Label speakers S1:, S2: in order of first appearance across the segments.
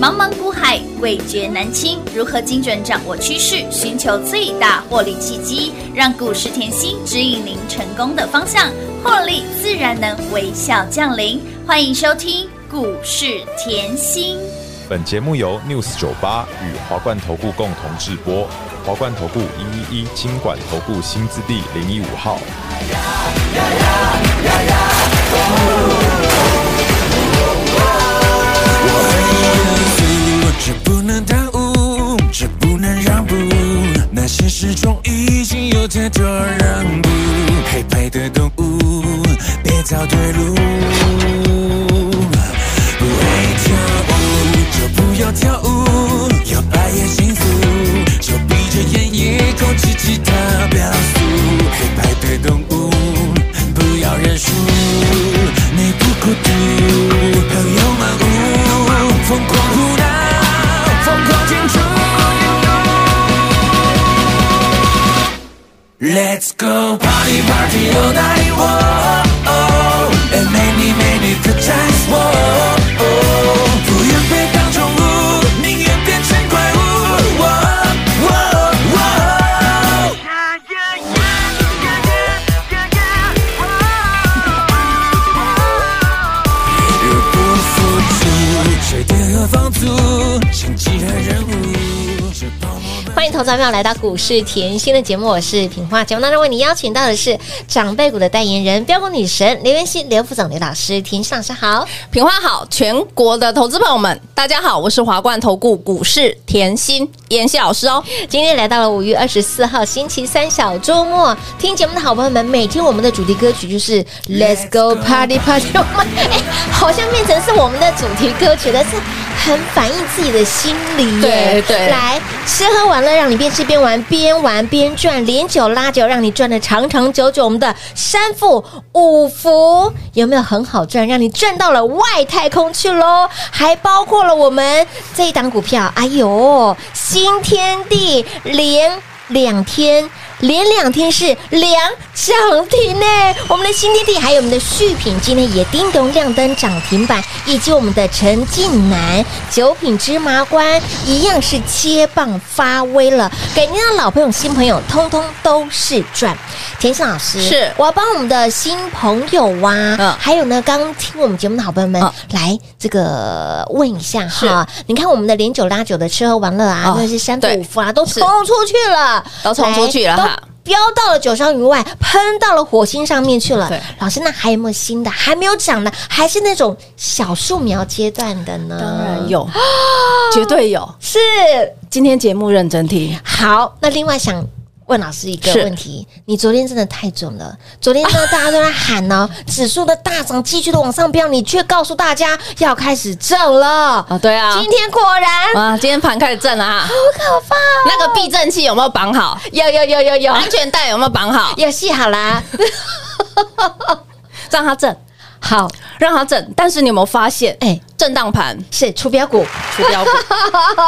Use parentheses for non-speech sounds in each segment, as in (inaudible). S1: 茫茫股海，味觉难清。如何精准掌握趋势，寻求最大获利契机，让股市甜心指引您成功的方向，获利自然能微笑降临。欢迎收听股市甜心。
S2: 本节目由 News 九八与华冠投顾共同制播，华冠投顾一一一金管投顾新字第零一五号。
S3: 所以我只不能耽误，只不能让步。那现实中已经有太多让步，黑白的动物，别找退路。不会跳舞就不要跳舞，要把也幸福，就闭着眼也控制其他表述。黑白的动物，不要认输，你不孤独，朋友漫舞，疯狂胡闹，疯狂庆祝。Let's go party party all night long, oh, and many many good times. Whoa, oh, 不愿被当宠物，宁愿变成怪物。Whoa, whoa, whoa. 日不付出，水电和房租，星期和任务，是泡沫般
S4: 欢迎投资朋友来到股市甜心的节目，我是品化。节目当中为你邀请到的是长辈股的代言人标股女神刘元熙、刘副总、刘老师，甜心老师好。
S5: 品花好，全国的投资朋友们，大家好，我是华冠投顾股市甜心妍希老师哦。
S4: 今天来到了五月二十四号星期三小周末，听节目的好朋友们，每天我们的主题歌曲就是 Let's Go Party (laughs) Party，我们哎，好像变成是我们的主题歌曲，但是很反映自己的心理耶
S5: 对对
S4: 来吃喝玩乐，让你边吃边玩，边玩边赚，连酒拉酒，让你赚的长长久久。我们的三富五福有没有很好赚？让你赚到了外太空去喽，还包括了我们这一档股票，哎呦，新天地连两天。连两天是两涨停呢，我们的新天地还有我们的续品今天也叮咚亮灯涨停板，以及我们的陈近南九品芝麻官一样是接棒发威了，给您的老朋友、新朋友，通通都是赚。田心老师
S5: 是
S4: 我要帮我们的新朋友啊，
S5: 嗯
S4: 还有呢，刚听我们节目的好朋友们，
S5: 嗯
S4: 来这个问一下哈，你看我们的连九拉九的吃喝玩乐啊，
S5: 哦
S4: 或者是三不
S5: 对
S4: 五福啊，都
S5: 是
S4: 冲出去了。
S5: 都冲出去
S4: 来
S5: 了哈
S4: 都飙到了九霄云外，喷到了火星上面去了
S5: 对。
S4: 老师，那还有没有新的？还没有长的，还是那种小树苗阶段的呢？
S5: 当然，有，绝对有。
S4: 是
S5: 今天节目认真听，
S4: 好。那另外想。问老师一个
S5: 是
S4: 问题，你昨天真的太准了。昨天呢，大家都在喊呢、 (laughs) 指数的大涨继续的往上飙，你却告诉大家要开始挣了。
S5: 啊对啊
S4: 今天果然
S5: 哇，今天盘开始震了哈，
S4: 好可怕哦、
S5: 那个避震器有没有绑好？
S4: 有有有有有
S5: 安全带有没有绑好？
S4: 有戏好啦，
S5: 让它震，
S4: 好，
S5: 让它震。但是你有没有发现，
S4: 哎
S5: 震荡盘
S4: 是出标股，
S5: 出
S4: (laughs)
S5: 标股，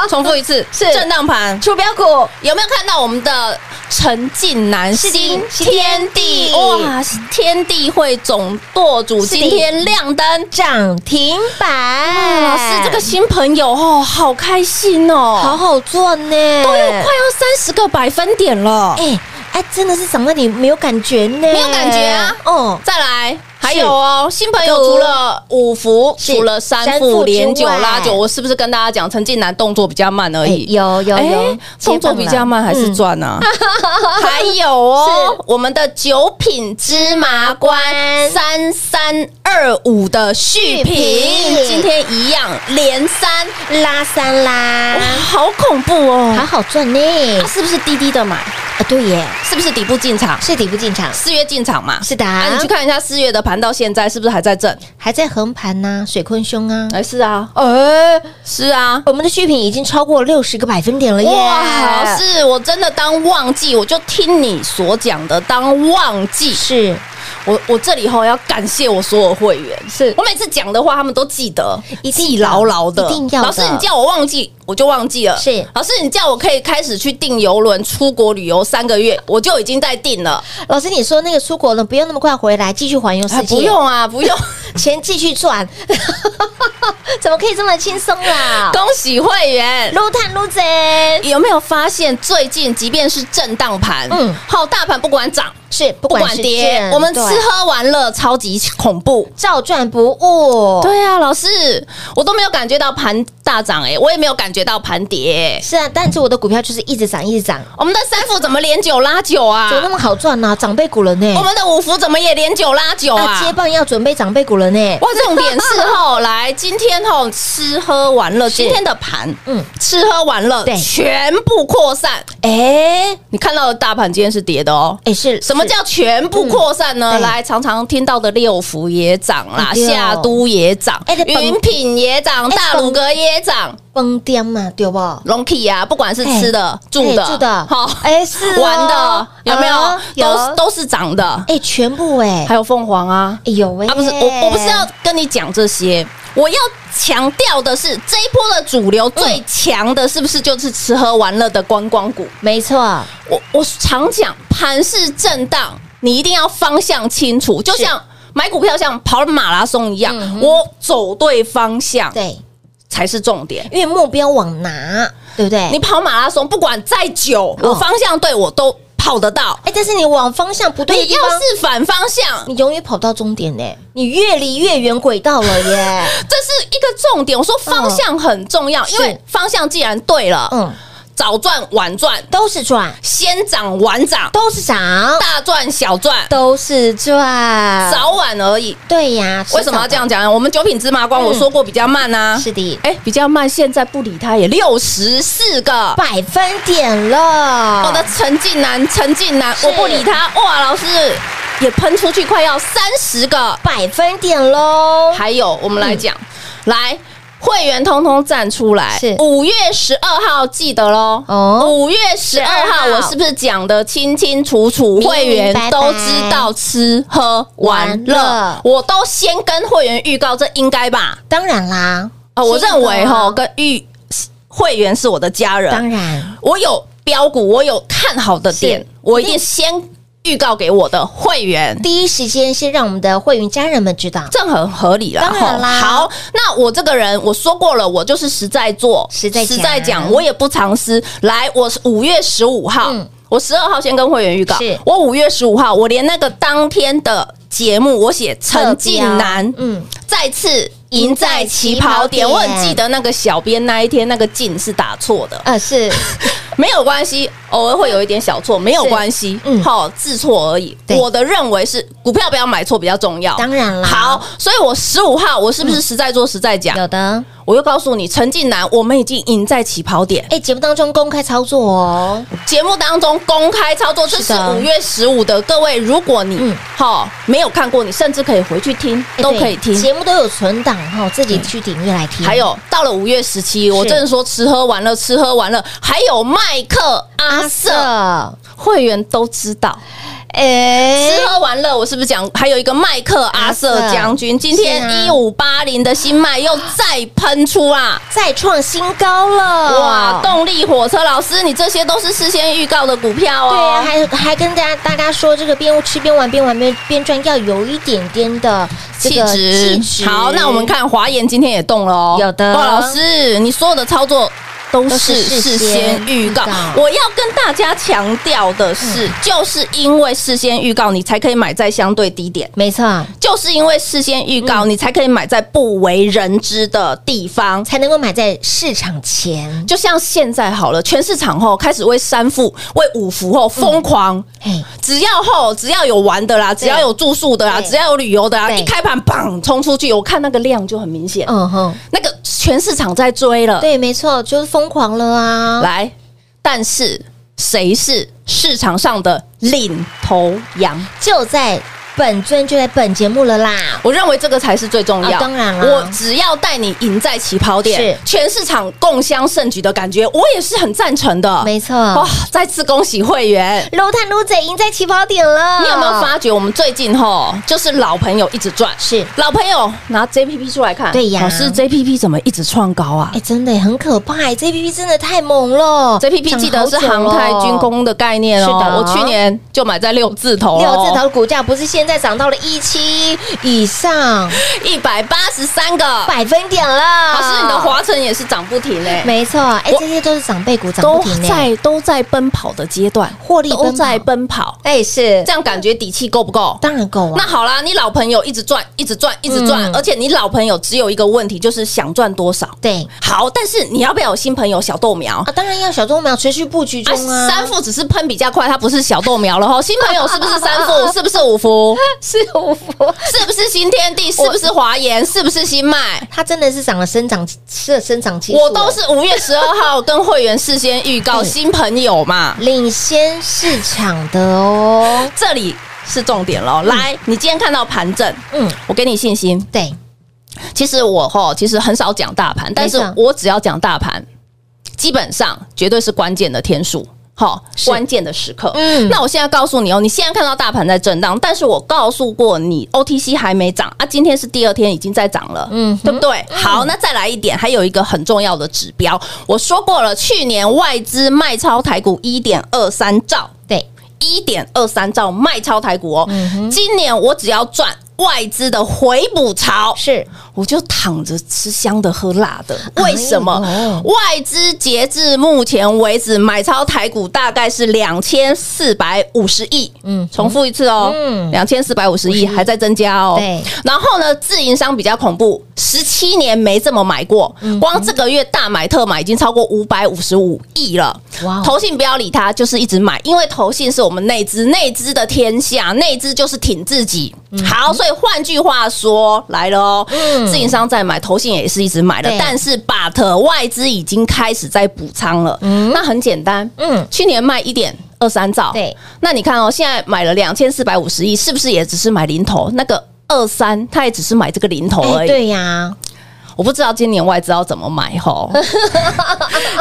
S5: 重复一次，
S4: 是
S5: 震荡盘
S4: 出标股。
S5: 有没有看到我们的陈近南新
S4: 是的
S5: 天
S4: 是
S5: 地？
S4: 的
S5: 哇，天地会总舵主
S4: 是的
S5: 今天亮灯。
S4: 涨停板，哎
S5: 老师，这个新朋友哦，好开心哦，哎
S4: 好哦好做呢，
S5: 快要三十个百分点了。
S4: 哎哎，真的是涨到你没有感觉呢，没
S5: 有感觉啊
S4: 哦，
S5: 再来，还有哦，新朋友除了五福，
S4: 是
S5: 除了三
S4: 三福之
S5: 副连九
S4: 外
S5: 拉九，我是不是跟大家讲，陈近南动作比较慢而
S4: 哎
S5: 已？
S4: 有有
S5: 哎
S4: 有，
S5: 动作比较慢还是
S4: 做
S5: 赚啊？ (laughs) 还有哦，我们的九品芝麻官三三二五的续品
S4: 续品，
S5: 今天一样连三，
S4: 拉三
S5: 哇
S4: 拉，
S5: 好恐怖
S4: 好
S5: 哦！
S4: 好赚呢，
S5: 它是不是低低的买？
S4: 啊对耶，
S5: 是不是底部进场？
S4: 是底部进场，
S5: 四月进场嘛？
S4: 是的
S5: 啊，你去看一下四月的盘到现在是不是还在震？
S4: 还在横盘呐，水坤兄啊，
S5: 哎，是啊，
S4: 哎，
S5: 是啊。
S4: 我们的续品已经超过六十个百分点了耶，
S5: 哇，老师，我真的当旺季，我就听你所讲的当旺季。
S4: 是
S5: 我我这里哈要感谢我所有会员，
S4: 是
S5: 我每次讲的话，他们都记得，
S4: 一定的
S5: 记牢牢的。
S4: 一定要的
S5: 老师，你叫我忘记，我就忘记了。
S4: 是
S5: 老师，你叫我可以开始去订游轮出国旅游三个 (laughs) 月，我就已经在订了。
S4: 老师，你说那个出国呢，不用那么快回来，继续环游世
S5: 哎
S4: 界，
S5: 不用啊，不用。
S4: (laughs) 钱继续赚， (laughs) 怎么可以这么轻松
S5: (laughs)
S4: 啦？
S5: (laughs) 恭喜会员， (laughs)
S4: 撸碳撸贼
S5: 有没有发现最近即便是震荡盘，
S4: 嗯
S5: 嗯，好，大盘不管涨
S4: 是不
S5: 不管
S4: 是
S5: 跌
S4: 正，
S5: 我们吃
S4: 对
S5: 喝玩乐超级恐怖。
S4: 照赚不误，
S5: 对啊，老师，我都没有感觉到盘大涨哎、我也没有感觉到盘跌、欸。
S4: 是啊，但是我的股票就是一直涨，一直涨，
S5: 我们的三副怎么连九拉九啊
S4: 怎？么那么好赚呢？长辈股了呢
S5: 我？们的五福怎么也连九拉九
S4: 那
S5: 啊？
S4: 接棒要准备长辈股了呢？
S5: 哇，这种点是吼，来今天吼吃喝玩乐，
S4: 是
S5: 今天的盘，
S4: 嗯
S5: 嗯，吃喝玩乐
S4: 对
S5: 全部扩散。
S4: 哎
S5: 你看到的大盘今天是跌的哦。
S4: 哎是
S5: 什么
S4: 是
S5: 叫全部扩散呢？
S4: 嗯对
S5: 来，常常听到的六福也涨啦，
S4: 哎对哦
S5: 夏都也涨
S4: 哎这，本
S5: 云品也涨，
S4: 哎
S5: 大
S4: 本
S5: 鲁阁也涨，
S4: 崩掉嘛？对不？哎
S5: l o n k y 啊，不管是吃的、住的、
S4: 哎住的，
S5: 好、
S4: 哎是哦
S5: 玩的，有没有？
S4: 嗯
S5: 都
S4: 有
S5: 都是涨的，
S4: 哎全部哎
S5: 还有凤凰啊，
S4: 哎有哎
S5: 啊，不是我，我不是要跟你讲这些，我要强调的是，这一波的主流
S4: 嗯
S5: 最强的，是不是就是吃喝玩乐的观光股？
S4: 没错，
S5: 我我常讲，盘势震荡，你一定要方向清楚，就像买股票像跑马拉松一样，我走对方向
S4: 嗯对，
S5: 才是重点。
S4: 因为目标往哪，对不对？
S5: 你跑马拉松，不管再久，
S4: 哦
S5: 我方向对我都跑得到。
S4: 哎，但是你往方向不对的
S5: 你
S4: 地
S5: 要
S4: 方，嗯
S5: 是反方向，
S4: 你永远跑到终点呢、你越离越远轨道了耶。
S5: (laughs) 这是一个重点。我说方向很重要，
S4: 嗯
S5: 因为
S4: 是
S5: 方向既然对了，
S4: 嗯，
S5: 早赚晚赚，
S4: 都是赚，
S5: 先涨晚涨，
S4: 都是涨，
S5: 大赚小赚，
S4: 都是赚。
S5: 早晚而已。
S4: 对呀，迟早
S5: 为什么要这样讲啊呢？我们九品芝麻官，
S4: 嗯
S5: 我说过比较慢啊
S4: 的？，是的，
S5: 哎，比较慢，现在不理他也六十四个。
S4: 百分点了。
S5: 我的陈近南，陈近南，
S4: 是
S5: 我不理他，哇，老师也喷出去快要三十个。
S4: 百分点喽。
S5: 还有，我们来讲，来。会员通通站出来！
S4: 是
S5: 五月十二号，记得喽。
S4: 哦
S5: 哦，五月十二号，
S4: 12号
S5: 我是不是讲的清清楚楚？
S4: 明明
S5: 会员
S4: 白白
S5: 都知道吃喝玩
S4: 玩
S5: 乐
S4: 乐，
S5: 我都先跟会员预告，这应该吧？
S4: 当然啦，
S5: 啊，我
S4: 是一个
S5: 认为哈，跟预会员是我的家人，
S4: 当然
S5: 我有标股，我有看好的点
S4: 是，
S5: 我一定先预告给我的会员，
S4: 第一时间先让我们的会员家人们知道。
S5: 这很合理啦。
S4: 当然
S5: 吼
S4: 啦
S5: 好，那我这个人我说过了，我就是实在做，
S4: 实在讲
S5: 实在讲，我也不藏私。来，我是五月十五号，
S4: 嗯
S5: 我十二号先跟会员预告
S4: 是，
S5: 我五月十五号，我连那个当天的节目，我写陈近南，
S4: 嗯，
S5: 再次赢在起跑点。
S4: 赢在起跑点
S5: 我很记得那个小编那一天那个“进”是打错的，
S4: 呃，是
S5: 没有关系，偶尔会有一点小错，没有关系，
S4: 嗯
S5: 好，自错而已。
S4: 对
S5: 我的认为是股票不要买错比较重要。
S4: 当然啦。嗯
S5: 好，，所以我十五号我是不是实在做实在讲？
S4: 有 (laughs) 的。
S5: 我又告诉你，陈近南，我们已经赢在起跑点。
S4: 哎，节目当中公开操作哦，
S5: 节目当中公开操作，这
S4: 是
S5: 是
S4: 的
S5: 五月十五的。各位，如果你
S4: 嗯
S5: 好没有看过，你甚至可以回去听，
S4: 哎
S5: 都可以
S4: 对
S5: 听。
S4: 节目都有存档哈，自己去点阅来听。
S5: 还有到了五月十七，我
S4: 是
S5: 正说吃喝玩乐，吃喝玩乐，还有麦克阿
S4: 阿
S5: 瑟
S4: 瑟，
S5: 会员都知道。
S4: 哎
S5: 吃喝玩乐，我是不是讲还有一个麦克阿瑟将军？今
S4: 是啊
S5: 天一五八零的新麦又再喷出啊！
S4: 再创新高了，
S5: 哇，动力火车老师，你这些都是事先预告的股票
S4: 对啊，
S5: 哦。
S4: 还还跟大家大家说，这个边吃边玩边玩边边赚，要有一点点的这
S5: 气
S4: 个
S5: 质
S4: 气质
S5: 好，那我们看华研今天也动了哦。
S4: 有的
S5: 哇，老师，你所有的操作都
S4: 都是事
S5: 是事
S4: 先
S5: 先预告
S4: 预告。嗯
S5: 我要跟大家强调的是，就是因为事先预告，你才可以买在相对低点。
S4: 没错，
S5: 就是因为事先预
S4: 嗯
S5: 告，你才可以买在不为人知的地方。
S4: 才能够买在市场前。
S5: 就像现在好了，全市场后开始为三副、为五福
S4: 嗯
S5: 后疯狂。
S4: 嘿，
S5: 只要后，只要有玩的啦，只要有住宿的啦，
S4: 对
S5: 只要有旅游的啦，
S4: 对
S5: 一开盘砰冲出去，我看那个量就很明显，
S4: 嗯哼，
S5: 那个全市场在追了。
S4: 对，没错，就是疯狂了啊！
S5: 呃来，但是谁是市场上的领头羊？
S4: 就在本尊就在本节目了啦。
S5: 我认为这个才是最重
S4: 啊
S5: 要。
S4: 当然啦
S5: 我只要带你赢在起跑点
S4: 是，
S5: 全市场共襄盛举的感觉，我也是很赞成的。
S4: 没错
S5: 哇！再次恭喜会员。
S4: 撸探撸贼赢在起跑点了，
S5: 你有没有发觉，我们最近吼，就是老朋友一直赚，
S4: 是
S5: 老朋友拿 JPP 出来看，
S4: 对呀
S5: 老师 JPP 怎么一直创高啊
S4: 哎、？真的很可怕、哎这 P P 真的太猛了
S5: JPP 记得是航太军。工的概念
S4: 哦
S5: 哦，
S4: 是的
S5: 我去年就买在六字头、哦，
S4: 六字头的股价不是现在涨到了一七以上
S5: 一百八十三个，
S4: 百分点了，
S5: 老师你的华晨也是涨不停嘞、
S4: 没错，哎、
S5: 我
S4: 这些都是长辈股涨
S5: 都
S4: 不停呢、欸
S5: 在都在奔跑的阶段，
S4: 获利奔跑
S5: 都在奔跑，
S4: 哎、是
S5: 这样感觉底气够不够？
S4: 当然够啊，
S5: 那好啦，你老朋友一直赚，一直赚，一直赚，
S4: 嗯
S5: 而且你老朋友只有一个问题，就是想赚多少。
S4: 对
S5: 好，但是你要不要有新朋友小豆苗？
S4: 啊，当然要小豆苗持续布局中啊，
S5: 三副只是喷比较快，它不是小豆苗
S4: (laughs)
S5: 了哈。新朋友是不是三副？是不是五福？
S4: 是五福，
S5: 是不是新天地？是不是华研？是不是新麦？
S4: 它真的是涨了生长是生长期，
S5: 我都是五月十二号跟会员事先预告
S4: 对
S5: 新朋友嘛，
S4: 领先市场的哦，
S5: 这里是重点喽。来，你今天看到盘整，
S4: 嗯，
S5: 我给你信心。
S4: 对，
S5: 其实我吼，其实很少讲大盘，但是
S4: 没错
S5: 我只要讲大盘，基本上绝对是关键的天数。好，
S4: 是
S5: 关键的时刻。
S4: 嗯
S5: 那我现在告诉你哦，你现在看到大盘在震荡，但是我告诉过你，OTC 还没涨啊，今天是第二天已经在涨了，
S4: 嗯
S5: 嗯
S4: 哼，
S5: 对不对？好，那再来一点，还有一个很重要的指标，我说过了，去年外资卖超台股一点二三兆，
S4: 对，
S5: 一点二三兆卖超台股哦，
S4: 嗯
S5: 今年我只要赚外资的回补潮，
S4: 是
S5: 我就躺着吃香的喝辣的。
S4: 哎呦
S5: 为什么？外资截至目前为止买超台股大概是两千四百五十亿，
S4: 嗯
S5: 嗯，重复一次哦，
S4: 嗯
S5: 两千四百五十亿还在增加哦。
S4: 对，
S5: 然后呢，自营商比较恐怖，十七年没这么买过，
S4: 嗯
S5: 光这个月大买特买已经超过五百五十五亿了。
S4: 哇哦
S5: 投信不要理它，就是一直买，因为投信是我们内资，内资的天下，内资就是挺自己。
S4: 嗯
S5: 好，所以换句话说来了哦，自营商在买，投信也是一直买的
S4: 对，
S5: 但是 but 外资已经开始在补仓了。那很简单，
S4: 嗯
S5: 嗯，去年卖一点。二三兆，
S4: 对，
S5: 那你看哦，现在买了两千四百五十亿，是不是也只是买零头？那个二三，他也只是买这个零头而
S4: 哎，
S5: 已。
S4: 对呀、
S5: 我不知道今年外资要怎么
S4: (laughs)
S5: 买吼。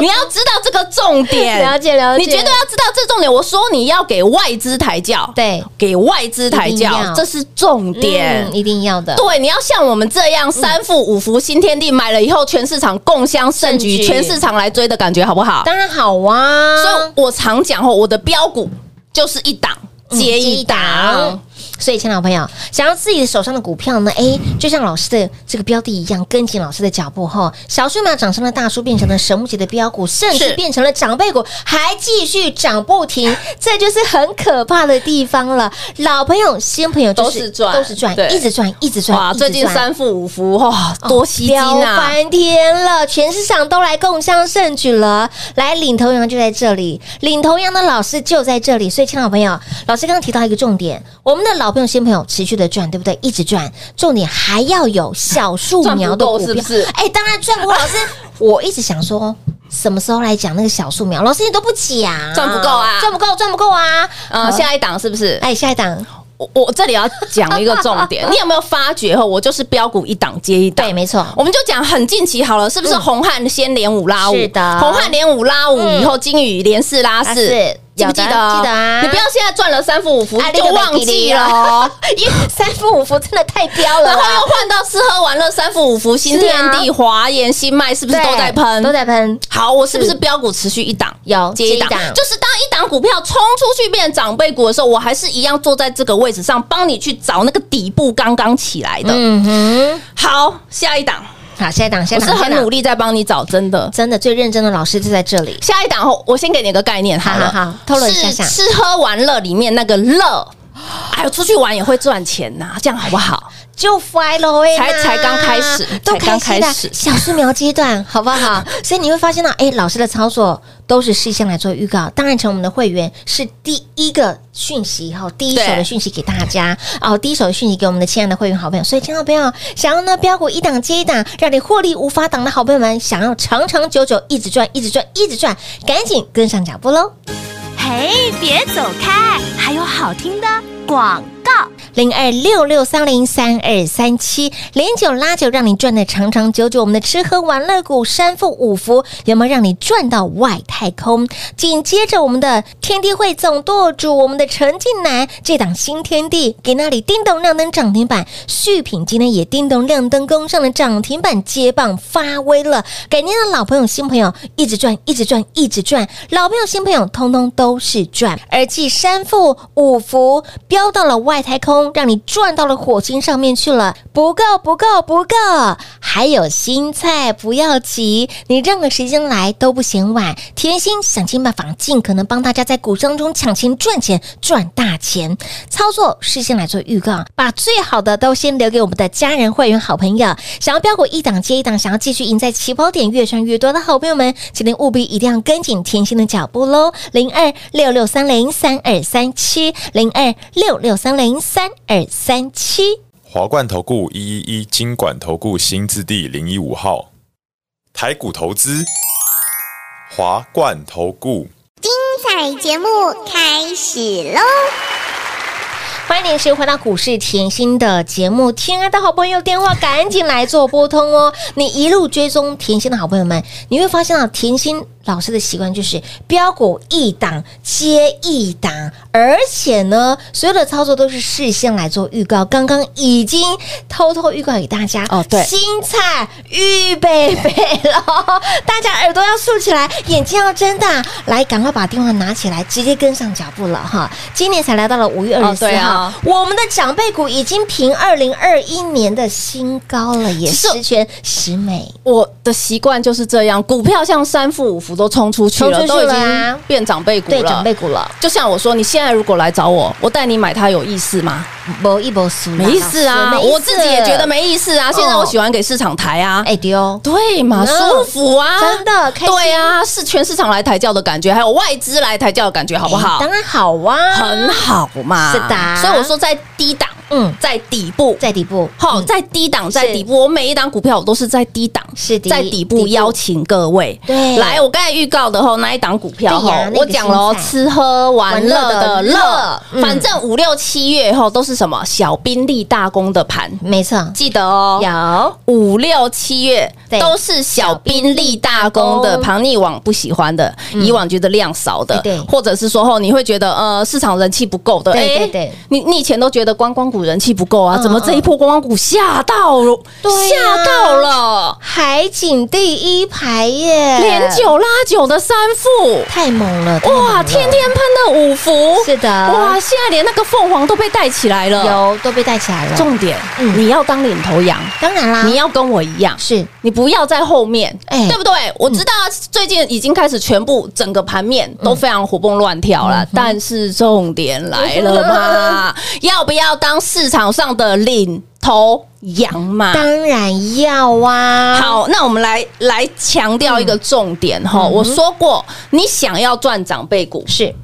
S5: 你要知道这个重点，
S4: 了解了解
S5: 你绝对要知道这重点。我说你要给外资抬轿，
S4: 对，
S5: 给外资抬
S4: 一定要
S5: 轿，这是重点。
S4: 嗯，一定要的，
S5: 对，你要像我们这样三副五福新天地买了以后，全市场共襄盛举，
S4: 盛举
S5: 全市场来追的感觉好不好？
S4: 当然好啊，
S5: 所以我常讲吼，我的标股就是一档
S4: 嗯
S5: 接一档。。
S4: 所以，亲爱的朋友，想要自己手上的股票呢，哎，就像老师的这个标的一样，跟紧老师的脚步后，小树苗长成了大树，变成了神木级的标股，甚至
S5: 是
S4: 变成了长辈股，还继续涨不停，这就是很可怕的地方了。老朋友、新朋友、就
S5: 都是赚
S4: 都是赚
S5: 对，
S4: 一直赚，一直赚。
S5: 哇，
S4: 一直
S5: 最
S4: 赚
S5: 近三副五福哇，
S4: 哦
S5: 多吸金
S4: 飙
S5: 啊！
S4: 翻天了，全市场都来共襄盛举了。来，领头羊就在这里，领头羊的老师就在这里。所以，亲爱的朋友，老师刚刚提到一个重点，我们的老朋友、新朋友持续的赚，对不对？一直赚，重点还要有小树苗的股
S5: 赚不够是
S4: 票
S5: 不是
S4: 哎，当然赚不过。老师，我一直想说。什么时候来讲那个小树苗？老师你都不讲，
S5: 赚不够啊
S4: 赚不够，赚不够啊！
S5: 呃，下一档是不是？
S4: 哎，下一档
S5: 我我这里要讲一个重
S4: (laughs)
S5: 点，你有没有发觉哦？我就是标股一档接一档
S4: 对，，没错，
S5: 我们就讲很近期好了，是不是？
S4: 嗯
S5: 红汉先连五拉五，
S4: 是的
S5: 红汉连五拉五
S4: 嗯
S5: 以后，金宇连四拉
S4: 拉
S5: 四
S4: 四，
S5: 记
S4: 有
S5: 不
S4: 的
S5: 记得？
S4: 记得啊
S5: 你不要现在赚了三副五福
S4: 哎
S5: 就忘记了哦。
S4: (laughs) 因为三副五福真的太彪了
S5: (laughs) 然
S4: 啦，
S5: 后又换到吃喝玩乐三副五福，新天地、华研、新麦，是不是
S4: 对
S5: 都在喷？
S4: 都在喷，
S5: 好，我是不是
S4: 是
S5: 标股持续一档
S4: 有
S5: 接一档
S4: 接一档？
S5: 就是当一档股票冲出去变长辈股的时候，我还是一样坐在这个位置上，帮你去找那个底部刚刚起来的。
S4: 嗯哼，
S5: 好，下一档，
S4: 好，下一档，下一
S5: 我
S4: 档，
S5: 是很
S4: 下一档
S5: 努，力在帮你找，真的。
S4: 真的最认真的老师就在这里。
S5: 下一档后，我先给你一个概念好了，
S4: 好好好透露一下下
S5: 是吃喝玩乐里面那个乐。哎呦，出去玩也会赚钱呐、这样好不好？
S4: 就 fly 喽哎，
S5: 才才刚开始
S4: 都
S5: 才刚
S4: 开始
S5: 开
S4: 了
S5: 始
S4: 小树苗阶段，好不 (laughs) 好？所以你会发现到，哎，老师的操作都是事先来做预告，当然成我们的会员是第一个讯息哈，第一手的
S5: 对
S4: 讯息给大家哦，第一手的讯息给我们的亲爱的会员好朋友。所以，亲爱的朋友，想要呢标股一档接一档，让你获利无法挡的好朋友们，想要长长久久一直赚、一直赚、一直赚，赶紧跟上脚步喽！
S1: 嘿，别走开，还有好听的广告。
S4: 零二六六三零三二三七连九拉九，让你赚的长长久久。我们的吃喝玩乐股三富五福有没有让你赚到外太空？紧接着我们的天地会总舵主，我们的陈进南这档新天地给那里叮咚亮灯涨停板，续品今天也叮咚亮灯攻上了涨停板，接棒发威了。给您的老朋友、新朋友一直赚，一直赚，一直赚，老朋友、新朋友通通都是赚。而继山富、五福飙到了外太空，让你赚到了火星上面去了，不够，不够，不够，还有新菜，不要急，你任何时间来都不嫌晚。甜心想尽办法，尽可能帮大家在股市当中抢钱、赚钱、赚大钱。操作事先来做预告，把最好的都先留给我们的家人、会员、好朋友。想要标股一档接一档，想要继续赢在起跑点，越赚越多的好朋友们，今天务必一定要跟紧甜心的脚步喽！零二六六三零三二三七，零二六六三零三二三七。
S2: 华冠投顾一一一金管投顾新字第零一五号，台股投资，华冠投顾。
S6: 彩节目开始喽！
S4: 欢迎您持续回到股市甜心的节目，亲爱的好朋友，电话赶紧来做拨通哦！你一路追踪甜心的好朋友们，你会发现啊，甜心老师的习惯就是标股一档接一档，而且呢，所有的操作都是事先来做预告，刚刚已经偷偷预告给大家
S5: 哦对
S4: 新菜预备备了，大家耳朵要竖起来，眼睛要睁大，来，赶快把电话拿起来，直接跟上脚步了哈！今年才来到了五月二十
S5: 哦
S4: 四
S5: 对
S4: 号。
S5: 啊
S4: 我们的长辈股已经平二零二一年的新高了耶，也
S5: 其实
S4: 十全十美。
S5: 我的习惯就是这样，股票像三副五福都冲出去了，
S4: 冲出
S5: 都
S4: 去
S5: 已
S4: 了
S5: 经
S4: 啊
S5: 变长辈股
S4: 对，
S5: 了。
S4: 长辈股了，
S5: 就像我说，你现在如果来找我，我带你买它有意思吗？
S4: 博一博输，
S5: 没意思啊，
S4: 老师
S5: 我自己也觉得。没意思啊。现在
S4: 哦
S5: 我喜欢给市场抬啊，
S4: 哎丢，
S5: 对嘛，
S4: 嗯
S5: 舒服啊，
S4: 真的开心
S5: 对啊，是全市场来抬轿的感觉，还有外资来抬轿的感觉，好不好
S4: 哎？当然好啊，
S5: 很好嘛，
S4: 是的
S5: 所以我说在低档，
S4: 嗯
S5: 嗯，在底部，
S4: 在底部，
S5: 好，
S4: 嗯
S5: 在低档，
S4: 是
S5: 在底部，我每一档股票我都是在低档，
S4: 是的
S5: 在底部邀请各位。
S4: 对
S5: 来，我刚才预告的吼，那一档股票
S4: 对
S5: 吼
S4: 呀那，个
S5: 我讲喽，
S4: 新菜
S5: 吃喝玩乐
S4: 玩乐
S5: 的
S4: 的乐
S5: 乐，
S4: 嗯
S5: 反正五六七月后都是什么小兵立大功的盘，
S4: 没错，
S5: 记得哦，
S4: 有
S5: 五六七月
S4: 对
S5: 都是小兵立大功
S4: 小兵立大
S5: 的，
S4: 功
S5: 庞逆网不喜欢的，以往觉得量少的
S4: 哎对，
S5: 或者是说后你会觉得呃市场人气不够的，
S4: 对对
S5: 哎
S4: 对
S5: 你你以前都觉得观光股人气不够啊，
S4: 嗯
S5: 怎么这一波观光股吓到了，
S4: 对啊
S5: 吓到了，
S4: 海景第一排耶，
S5: 连九拉九的三副，
S4: 太猛了，太猛了
S5: 哇，天天喷的五福，
S4: 嗯是的
S5: 哇，现在连那个凤凰都被带起来了，
S4: 有都被带起来了，
S5: 重点，
S4: 嗯啊
S5: 你要当领头羊，
S4: 当然啦，
S5: 你要跟我一样。
S4: 是
S5: 你不要在后面，
S4: 哎
S5: 对不对？我知道最近已经开始全部整个盘面都非常活蹦乱跳
S4: 嗯
S5: 了，但是重点来了嘛，
S4: (laughs)
S5: 要不要当市场上的领头羊嘛？
S4: 当然要啊，，
S5: 好，那我们来来强调一个重点哈、我说过，你想要赚长辈股，
S4: 嗯是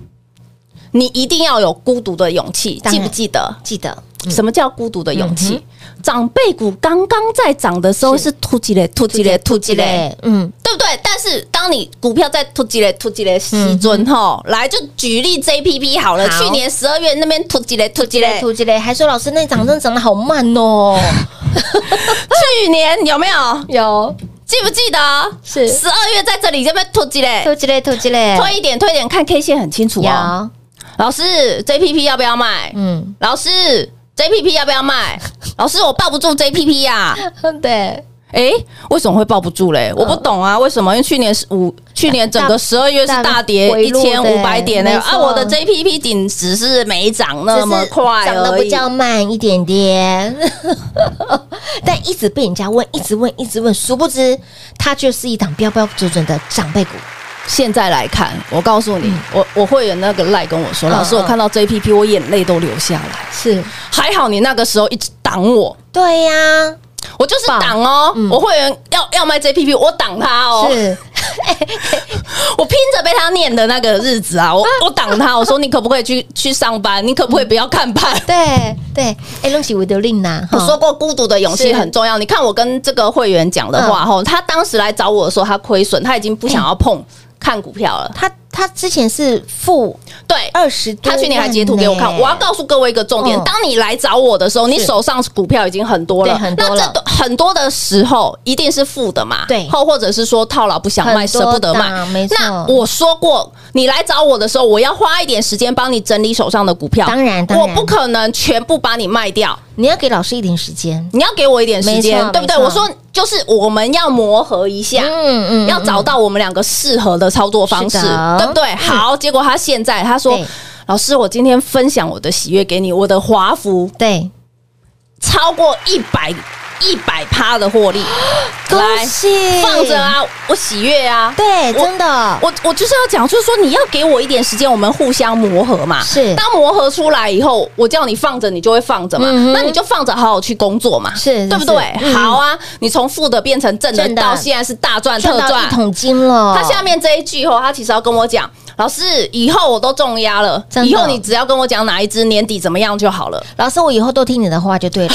S5: 你一定要有孤独的勇气，
S4: 当
S5: 记
S4: 然嗯
S5: 不记得？
S4: 记得
S5: 什么叫孤独的勇气？长辈股刚刚在涨的时候
S4: 是
S5: 是突击嘞，突击嘞，突击嘞，，
S4: 嗯，
S5: 对不对？但是当你股票在突击嘞、突击嘞、西尊吼，来就举例 JPP 好了，
S4: 好
S5: 去年十二月那边突击嘞、突击嘞，
S4: 突击嘞，还说老师那涨真的涨得好慢哦，
S5: 去年有没 (laughs) 有？
S4: 有
S5: 记不记得？
S4: 是
S5: 十二月在这里这边突击嘞，
S4: 突击嘞，突击嘞，
S5: 推一点推一点，看 K 线很清楚哦。
S4: 有，
S5: 老师，JPP 要不要卖？
S4: 嗯，
S5: 老师，JPP 要不要卖？老师，我抱不住 JPP 呀、
S4: 对，
S5: 诶，为什么会抱不住
S4: 嗯
S5: 嘞？我不懂啊，为什么？因为去年是五，去年整个十二月是大跌
S4: 大回
S5: 一
S4: 落
S5: 千五百
S4: 对
S5: 点呢、
S4: 没错
S5: 啊，我的 JPP 仅只是没涨那么快
S4: 只是涨得
S5: 而
S4: 比
S5: 已。
S4: 较慢一点点， (laughs) 但一直被人家问，一直问，一直问，殊不知它就是一档标标准准的长辈股，
S5: 现在来看，我告诉你，我我会有那个赖跟我说，
S4: 嗯
S5: 老师，我
S4: 嗯
S5: 看到 JPP，我眼泪都流下来。
S4: 是
S5: 还好你那个时候一直挡我，
S4: 对呀、
S5: 我就是挡哦，我会员要要卖 JPP，我挡他哦，
S4: 嗯是
S5: 我拼着被他念的那个日子啊，我我挡他，我说你可不可以去去上班？你可不可以不要看盘？
S4: 对对，哎，弄起维德令呐，
S5: 我
S4: 哈
S5: 说过，孤独的勇
S4: 嗯
S5: 气
S4: 是嗯
S5: 很重要。你看我跟这个会员讲的话，吼、他当时来找我的时候，他亏损，他已经不想要碰看股票了。
S4: 他他它之前是负
S5: 对，
S4: 二十，
S5: 他去年还截图给我看，我要告诉各位一个重点：
S4: 哎嗯
S5: 当你来找我的时候，你
S4: 是
S5: 手上股票已经很多了，
S4: 对很多了
S5: 那这都很多的时候一定是负的嘛，
S4: 对
S5: 后或者是说套牢不想卖，
S4: 很多
S5: 舍不得卖
S4: 档，没错
S5: 那我说过，你来找我的时候，我要花一点时间帮你整理手上的股票，
S4: 当然当然
S5: 我不可能全部把你卖掉，
S4: 你要给老师一点时间，
S5: 你要给我一点时
S4: 没
S5: 间
S4: 错，
S5: 对不对？
S4: 没错
S5: 我说就是我们要磨合一下，
S4: 嗯
S5: 要找到我们两个适合的操作方式，
S4: 是的嗯
S5: 对不对？好，结果他现在他说
S4: 对。
S5: 老师，我今天分享我的喜悦给你，我的华服
S4: 对，
S5: 超过一百一百趴的获利，
S4: (gasps) 恭喜
S5: 放着，啊，我喜悦啊，
S4: 对，
S5: 我
S4: 真的，
S5: 我我就是要讲，就是说你要给我一点时间，我们互相磨合嘛。
S4: 是
S5: 当磨合出来以后，我叫你放着，你就会放着嘛。
S4: 嗯哼
S5: 那你就放着，好好去工作嘛，
S4: 是是
S5: 对不对
S4: 是嗯？
S5: 好啊，你从负的变成正
S4: 正
S5: 的，
S4: 的
S5: 到现在是大赚
S4: 赚
S5: 特
S4: 到
S5: 赚
S4: 一，桶哦金了，
S5: 他下面这一句后，他其实要跟我讲，老师，以后我都重压了
S4: 真，的
S5: 以后你只要跟我讲哪一只年底怎么样就好了。
S4: 老师，我以后都听你的话就对
S5: (laughs)
S4: 了。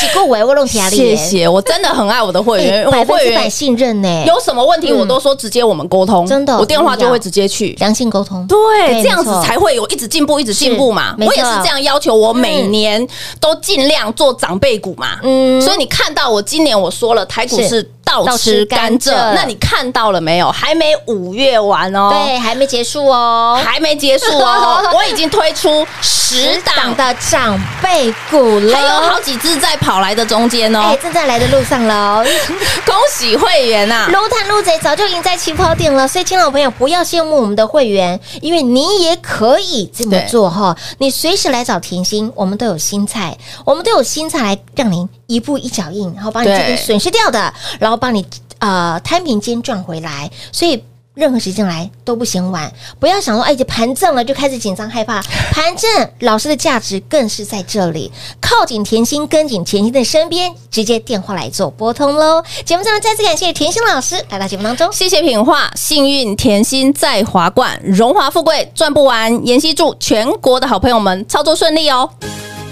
S4: 几个维我弄起来的
S5: 谢
S4: 耶，
S5: 谢，我真的很爱我的会员，
S4: 哎
S5: 因为
S4: 啊 (laughs) 百
S5: 我
S4: 分
S5: 会
S4: 之百
S5: 员
S4: 信任呢，
S5: 有什么问题
S4: 嗯
S5: 我都说直接我们沟通，
S4: 真的
S5: 我电话
S4: 真的
S5: 就
S4: 要
S5: 会直接去。
S4: 良性沟通，
S5: 对，
S4: 没
S5: 这样子
S4: 错
S5: 才会有一直进步，一直进步嘛。
S4: 没错
S5: 我也是这样要求，我每年都尽量做长辈股嘛。
S4: 嗯
S5: 所以你看到我今年我说了，台股
S4: 是
S5: 是倒
S4: 倒吃
S5: 吃甘蔗
S4: 甘蔗，
S5: 那你看到了没有？还没五月完哦。
S4: 对，还没结束哦，
S5: 还没结束
S4: (laughs)
S5: 哦，我已经推出十档
S4: 档
S5: 的，
S4: 的长辈股了，
S5: 还有好几只在跑来的中间
S4: 哎，
S5: 哦。
S4: 正在来的路上喽。
S5: 恭喜会员啊呐、
S4: 撸探撸贼早就赢在起跑点了，所以，亲爱的朋友，不要羡慕我们的会员，因为你也可以这么
S5: 对
S4: 做哈。你随时来找甜心，我们都有新菜，我们都有新菜来让您一步一脚印，然后把你这
S5: 对
S4: 边损失掉的，然后帮你呃摊平间赚回来，所以。任何时间来都不嫌晚，不要想说哎，这盘正了就开始紧张害怕。盘正老师的价值更是在这里，靠近甜心，跟紧甜心的身边，直接电话来做拨通喽。节目上呢再次感谢甜心老师来到节目当中。
S5: 谢谢品画，幸运甜心在华冠，荣华富贵赚不完。妍希祝全国的好朋友们操作顺利哦。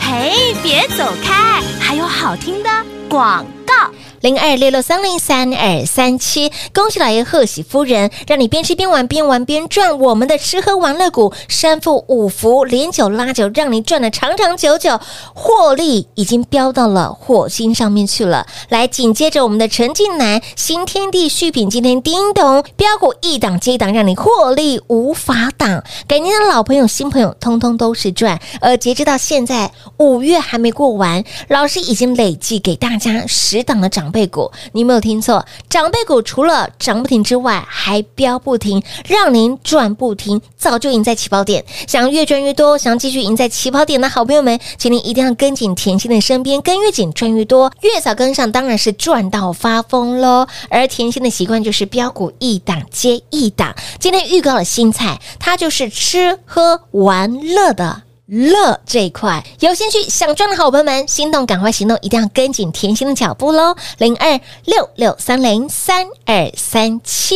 S1: 嘿，别走开，还有好听的广告。
S4: 零二六六三零三二三七。恭喜老爷贺喜夫人，让你边吃边玩边玩边赚。我们的吃喝玩乐股三富五福连九拉九，让你赚的长长久久，获利已经飙到了火星上面去了。来，紧接着我们的陈近南新天地续品，今天叮咚标股一档接一档，让你获利无法挡。给您的老朋友、新朋友，通通都是赚。而截止到现在五月还没过完，老师已经累计给大家十档的长辈股，你没有听错，长辈股除了涨不停之外，还飙不停，让您赚不停，早就赢在起跑点。想要越赚越多，想要继续赢在起跑点的好朋友们，请您一定要跟紧甜心的身边，跟越紧赚越多，越早跟上当然是赚到发疯喽。而甜心的习惯就是标股一档接一档，今天预告了新菜，它就是吃喝玩乐的。乐这一块，有兴趣想赚的好朋友们，心动赶快行动，一定要跟紧甜心的脚步喽！零二六六三零三二三七。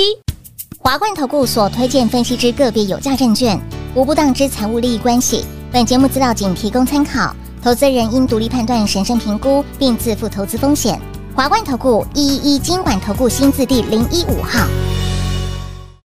S6: 华冠投顾所推荐分析之个别有价证券，无不当之财务利益关系。本节目资料仅提供参考，投资人应独立判断、审慎评估，并自负投资风险。华冠投顾一一一金管投顾新字第零一五号。